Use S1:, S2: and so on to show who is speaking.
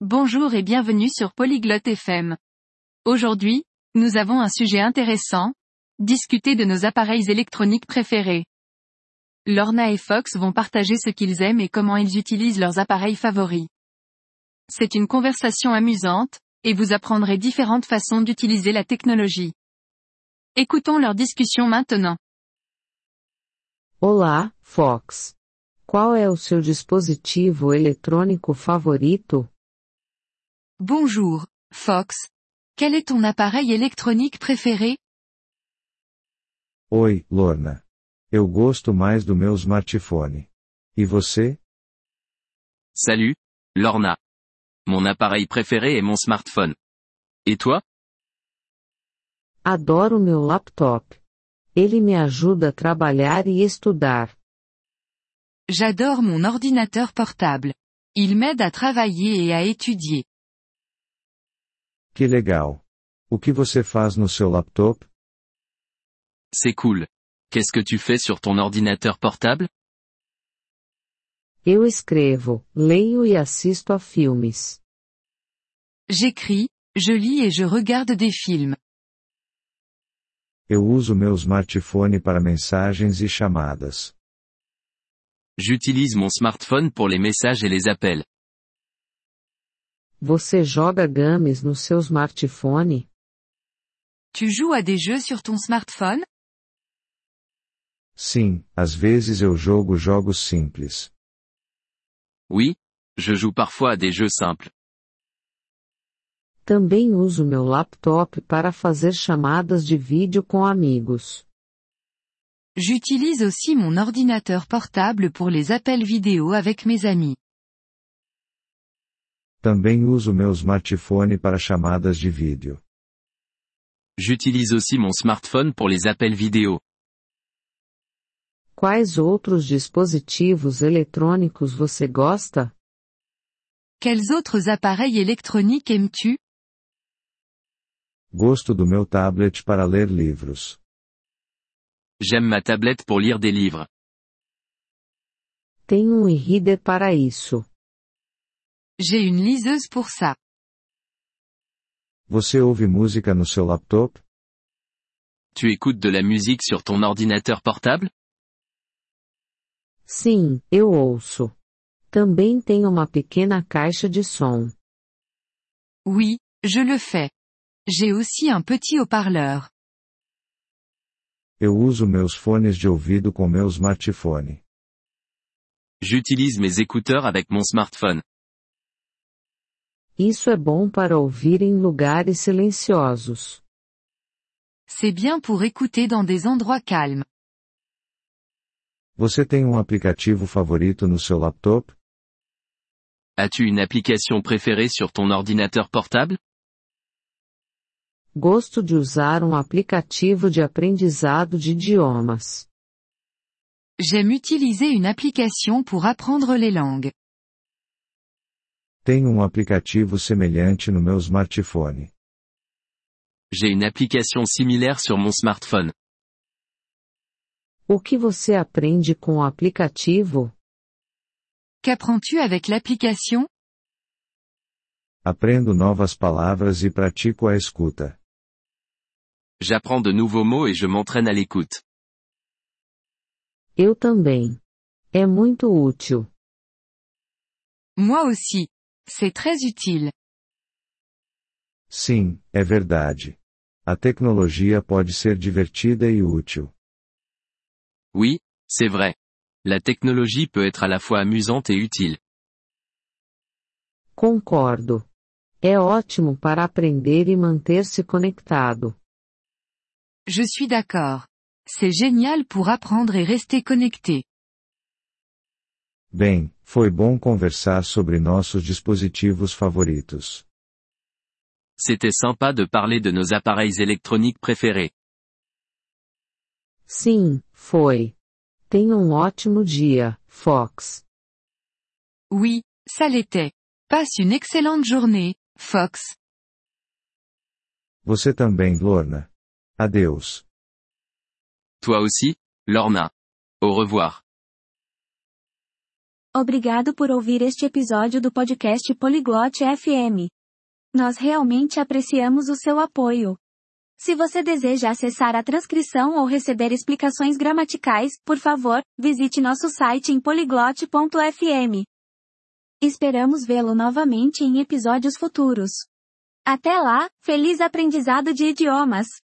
S1: Bonjour et bienvenue sur Polyglotte FM. Aujourd'hui, nous avons un sujet intéressant, discuter de nos appareils électroniques préférés. Lorna et Fox vont partager ce qu'ils aiment et comment ils utilisent leurs appareils favoris. C'est une conversation amusante, et vous apprendrez différentes façons d'utiliser la technologie. Écoutons leur discussion maintenant.
S2: Olá, Fox. Qual é o seu dispositivo eletrônico favorito?
S1: Bonjour, Fox. Quel est ton appareil électronique préféré
S3: Oi, Lorna. Eu gosto mais do meu smartphone. E você?
S4: Salut, Lorna. Mon appareil préféré est mon smartphone. Et toi
S2: Adoro meu laptop. Ele me ajuda a trabalhar e estudar.
S1: J'adore mon ordinateur portable. Il m'aide à travailler et à étudier.
S3: Que legal. O que você faz no seu laptop?
S4: C'est cool. Qu'est-ce que tu fais sur ton ordinateur portable
S2: Eu escrevo, leio e assisto a filmes.
S1: J'écris, je lis et je regarde des films.
S3: Eu uso meu smartphone para mensagens e chamadas.
S4: J'utilise mon smartphone pour les messages et les appels.
S2: Você joga games no seu smartphone?
S1: Tu joues à des jeux sur ton smartphone
S3: Sim, às vezes eu jogo jogos simples.
S4: Oui, je joue parfois à des jeux simples.
S2: Também uso meu laptop para fazer chamadas de vídeo com amigos.
S1: J'utilise aussi mon ordinateur portable pour les appels vidéo avec mes amis.
S3: Também uso meu smartphone para chamadas de vídeo.
S4: J'utilise aussi mon smartphone pour les appels vidéo.
S2: Quais outros dispositivos eletrônicos você gosta?
S1: Quels autres appareils électroniques aimes-tu
S3: Gosto do meu tablet para ler livros.
S4: J'aime ma tablette pour lire des livres.
S2: Tenho um e-reader para isso.
S1: J'ai une liseuse pour ça.
S3: Você ouve música no seu laptop?
S4: Tu écoutes de la musique sur ton ordinateur portable
S2: Sim, eu ouço. Também tenho uma pequena caixa de som.
S1: Oui, je le fais. J'ai aussi un petit haut-parleur.
S3: Eu uso meus fones de ouvido com meu smartphone.
S4: J'utilise mes écouteurs avec mon smartphone.
S2: Isso é bom para ouvir em lugares silenciosos.
S1: C'est bien pour écouter dans des endroits calmes.
S3: Você tem um aplicativo favorito no seu laptop?
S4: As-tu une application préférée sur ton ordinateur portable
S2: Gosto de usar um aplicativo de aprendizado de idiomas.
S1: J'aime utiliser une application pour apprendre les langues.
S3: Tenho um aplicativo semelhante no meu smartphone.
S4: J'ai une application similaire sur mon smartphone.
S2: O que você aprende com o aplicativo?
S1: Qu'apprends-tu avec l'application
S3: Aprendo novas palavras e pratico a escuta.
S4: J'apprends de nouveaux mots et je m'entraîne à l'écoute.
S2: Eu também. É muito útil.
S1: Moi aussi. C'est très utile.
S3: Sim, é verdade. A tecnologia pode ser divertida e útil.
S4: Oui, c'est vrai. La technologie peut être à la fois amusante et utile.
S2: Concordo. É ótimo para aprender e manter-se conectado.
S1: Je suis d'accord. C'est génial pour apprendre et rester connecté.
S3: Bem, foi bom conversar sobre nossos dispositivos favoritos.
S4: C'était sympa de parler de nos appareils électroniques préférés.
S2: Sim, foi. Tenha um ótimo dia, Fox.
S1: Oui, ça l'était. Passe une excellente journée, Fox.
S3: Você também, Lorna. Adeus.
S4: Toi aussi, Lorna. Au revoir.
S5: Obrigado por ouvir este episódio do podcast Poliglote FM. Nós realmente apreciamos o seu apoio. Se você deseja acessar a transcrição ou receber explicações gramaticais, por favor, visite nosso site em poliglote.fm. Esperamos vê-lo novamente em episódios futuros. Até lá, feliz aprendizado de idiomas!